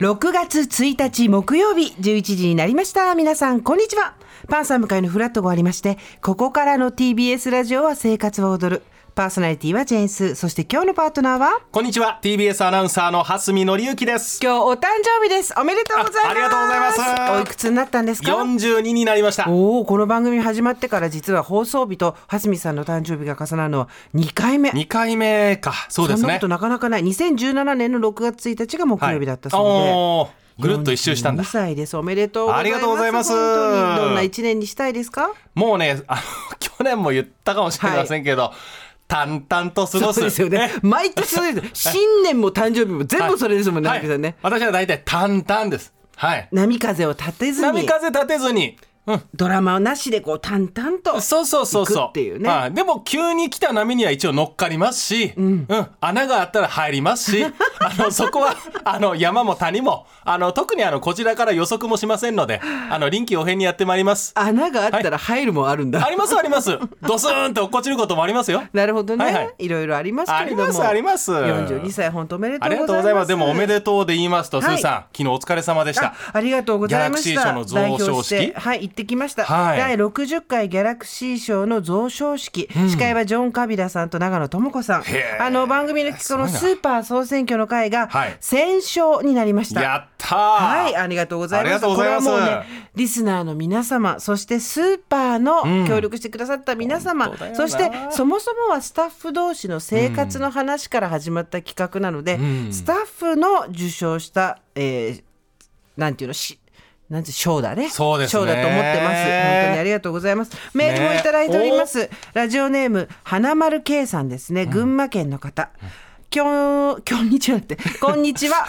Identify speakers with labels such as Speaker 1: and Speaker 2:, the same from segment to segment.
Speaker 1: 6月1日木曜日11時になりました。皆さん、こんにちは。パンサー向かいのフラットがありまして、ここからの TBS ラジオは生活は踊る。パーソナリティはジェーンス。そして今日のパートナーは、
Speaker 2: こんにちは TBS アナウンサーの蓮見紀之です
Speaker 1: 今日お誕生日です。おめでとうございます。
Speaker 2: あありがとうございます
Speaker 1: おいくつになったんですか
Speaker 2: 42になりました
Speaker 1: おお、この番組始まってから実は放送日と、蓮見さんの誕生日が重なるのは2回目。
Speaker 2: 2回目かそうです
Speaker 1: そんな
Speaker 2: ね
Speaker 1: ことなかなかない。2017年の6月1日が木曜日だったそうで。
Speaker 2: はいおーぐるっと一周したんだ
Speaker 1: 2歳です。おめでとうございます。
Speaker 2: ありがとうございます
Speaker 1: 本当にどんな一年にしたいですか
Speaker 2: もうねあの 去年も言ったかもしれませんけど、淡々と過ごす
Speaker 1: そうですよね。毎年そうです。 新年も誕生日も全部それですもんね、
Speaker 2: はい
Speaker 1: 秋さんね。
Speaker 2: 私は大体淡々ですはい
Speaker 1: 波風を立てず
Speaker 2: 波
Speaker 1: に、
Speaker 2: 風立てずにうん
Speaker 1: ドラマなしでこう淡々と。
Speaker 2: そうそうそうそう
Speaker 1: 行くっていうね
Speaker 2: はいでも急に来た波には一応乗っかりますし、うん穴があったら入ります しあのそこはあの山も谷もあの特にあのこちらから予測もしませんのであの臨機応変にやってまいります。
Speaker 1: 穴があったら入るもあるんだ。
Speaker 2: ありますあ りますドスーンと落っこちることもありますよ。
Speaker 1: なるほどね、
Speaker 2: はいいはい
Speaker 1: ろいろありますけれども。
Speaker 2: ありますあります
Speaker 1: 42歳、本当おめでと
Speaker 2: あ
Speaker 1: うご
Speaker 2: り
Speaker 1: ざいま
Speaker 2: が
Speaker 1: す。
Speaker 2: とうございます。でもおめでとうで言いますと、
Speaker 1: はい
Speaker 2: スーさん昨日お疲れ様でした
Speaker 1: あ。ありがとうございました。
Speaker 2: ギャラクシー賞の贈賞式
Speaker 1: 代表してはい、行ってきました。
Speaker 2: はい
Speaker 1: 第60回ギャラクシー賞の贈賞式、司会はジョン・カビラさんと長野智子さん。
Speaker 2: へー
Speaker 1: あの、番組のこの
Speaker 2: す
Speaker 1: ス
Speaker 2: ごいな
Speaker 1: ーパー総選挙の会が
Speaker 2: はい、
Speaker 1: 戦勝になりました。
Speaker 2: やったー。
Speaker 1: はい、ありがとうございます。
Speaker 2: ありがとうございます
Speaker 1: これはもうね、リスナーの皆様、そしてスーパーの協力してくださった皆様、
Speaker 2: 本当だよな
Speaker 1: そしてそもそもはスタッフ同士の生活の話から始まった企画なので、スタッフの受賞した、えーなんていうのし。なんて賞だね。
Speaker 2: そうですね
Speaker 1: 賞だと思ってます。本当にありがとうございます。メールもいただいております。ラジオネーム花丸圭さんですね。群馬県の方。今日、今日にちは って、こんにちは。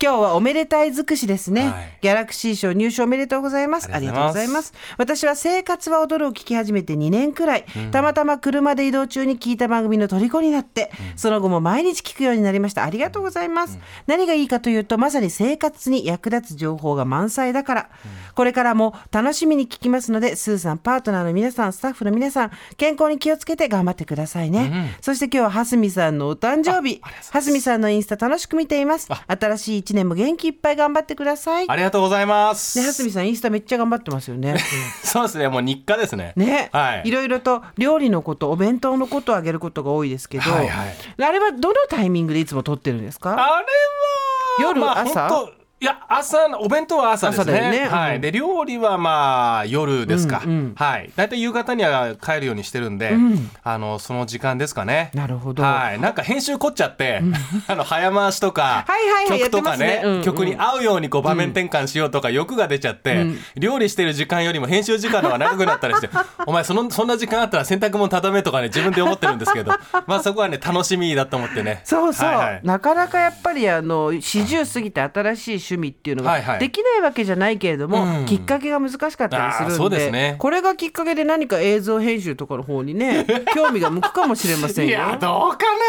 Speaker 1: 今日はおめでたい尽くしですね。
Speaker 2: はい
Speaker 1: ギャラクシー賞入賞おめでとうございます。あ
Speaker 2: あ
Speaker 1: り
Speaker 2: り
Speaker 1: が
Speaker 2: が
Speaker 1: と
Speaker 2: と
Speaker 1: うござい
Speaker 2: うござい
Speaker 1: ま。
Speaker 2: ます
Speaker 1: 私は生活は踊るを聞き始めて2年くらい、たまたま車で移動中に聞いた番組の虜になって、その後も毎日聞くようになりました。ありがとうございます。何がいいかというと、まさに生活に役立つ情報が満載だから、これからも楽しみに聞きますので、スーさん、パートナーの皆さん、スタッフの皆さん、健康に気をつけて頑張ってくださいね。そして今日ははすみさんのお誕生日、はすみさんのインスタ楽しく見ています。新しい一年も元気いっぱい頑張ってください。
Speaker 2: ありがとうございます。
Speaker 1: ね、はすみさんインスタめっちゃ頑張ってますよ ね。
Speaker 2: そうですね。もう日課ですね。
Speaker 1: ね、、
Speaker 2: はい
Speaker 1: ろいろと料理のことお弁当のことをあげることが多いですけど、
Speaker 2: はいはい
Speaker 1: あれはどのタイミングでいつも撮ってるんですか
Speaker 2: あれは
Speaker 1: 夜
Speaker 2: まあ
Speaker 1: 朝
Speaker 2: 本当いや朝のお弁当は朝です
Speaker 1: 朝だよ
Speaker 2: ね
Speaker 1: ね
Speaker 2: は
Speaker 1: うん
Speaker 2: い、で料理はまあ夜ですか、
Speaker 1: うんうん
Speaker 2: はい大体夕方には帰るようにしてるんで、あのその時間ですかね
Speaker 1: なるほど
Speaker 2: はい、なんか編集凝っちゃって、あの早回しと
Speaker 1: は
Speaker 2: か
Speaker 1: いはいはい
Speaker 2: 曲とか
Speaker 1: やってま
Speaker 2: ね
Speaker 1: すねうんうん
Speaker 2: 曲に合うようにこう場面転換しようとか欲が出ちゃって、料理してる時間よりも編集時間の方が長くなったりして お前そのそんな時間あったら洗濯物畳めとかね自分で思ってるんですけどまあそこはね楽しみだと思ってね
Speaker 1: そうそう、
Speaker 2: はいはい
Speaker 1: なかなかやっぱりあの四十過ぎて新しい趣味っていうの
Speaker 2: はいは
Speaker 1: が
Speaker 2: い
Speaker 1: できないわけじゃないけれども、
Speaker 2: うん
Speaker 1: きっかけが難しかったりするん
Speaker 2: あ
Speaker 1: で
Speaker 2: ーそうですね
Speaker 1: これがきっかけで何か映像編集とかの方に ね興味が向くかもしれません
Speaker 2: い
Speaker 1: よ
Speaker 2: や、。どう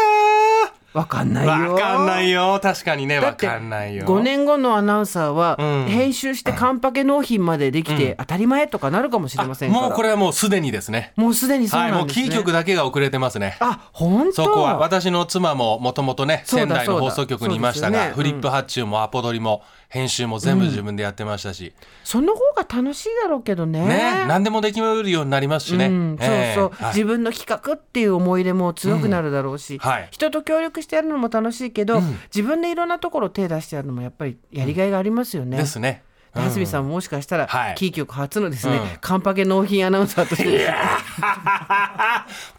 Speaker 2: かな
Speaker 1: わかんないよ。
Speaker 2: わかんないよ。確かにね、
Speaker 1: だ
Speaker 2: わ
Speaker 1: って
Speaker 2: かんないよ。
Speaker 1: 5年後のアナウンサーは、
Speaker 2: うん
Speaker 1: 編集してカンパケ納品までできて、当たり前とかなるかもしれませんから
Speaker 2: もうこれはもうすでにですね。
Speaker 1: もうすでにそう
Speaker 2: はい、
Speaker 1: な
Speaker 2: も
Speaker 1: ん
Speaker 2: う
Speaker 1: です
Speaker 2: キ
Speaker 1: ね。
Speaker 2: ー局だけが遅れてますね。
Speaker 1: あ、本当。
Speaker 2: そこは私の妻ももともとね
Speaker 1: そうだ
Speaker 2: 仙台
Speaker 1: そ
Speaker 2: の
Speaker 1: うだ
Speaker 2: 放送局にいました
Speaker 1: そう
Speaker 2: が、
Speaker 1: ですよね
Speaker 2: フリップ発注もアポ取りも編集も全部自分でやってましたし、
Speaker 1: その方が楽しいだろうけどね。
Speaker 2: ね何でもできるようになりますしね、
Speaker 1: うん、そう
Speaker 2: ええ
Speaker 1: そう、
Speaker 2: はい
Speaker 1: 自分の企画っていう思い入れも強くなるだろうし、
Speaker 2: んはい
Speaker 1: 人と協力してやるのも楽しいけど、自分でいろんなところを手出してやるのもやっぱりやりがいがありますよね。
Speaker 2: ですね
Speaker 1: 蓮見さんももしかしたら、
Speaker 2: はい
Speaker 1: キー局初のですね、
Speaker 2: うん
Speaker 1: カンパケ納品アナウンサーとしてですね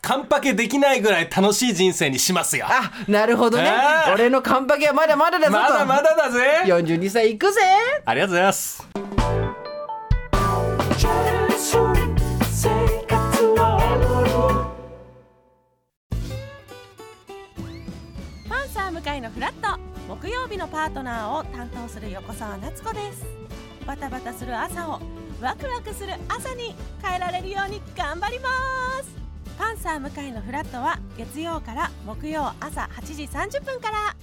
Speaker 2: カンパケできないぐらい楽しい人生にしますよ
Speaker 1: あなるほどね、
Speaker 2: あー
Speaker 1: 俺のカンパケはまだまだだぞと
Speaker 2: まだまだだぜ
Speaker 1: 42歳いくぜ
Speaker 2: ありがとうございます
Speaker 3: パンサー向かいのフラット木曜日のパートナーを担当する横澤夏子ですバタバタする朝をワクワクする朝に変えられるように頑張りますパンサー向かいのフラットは月曜から木曜朝8時30分から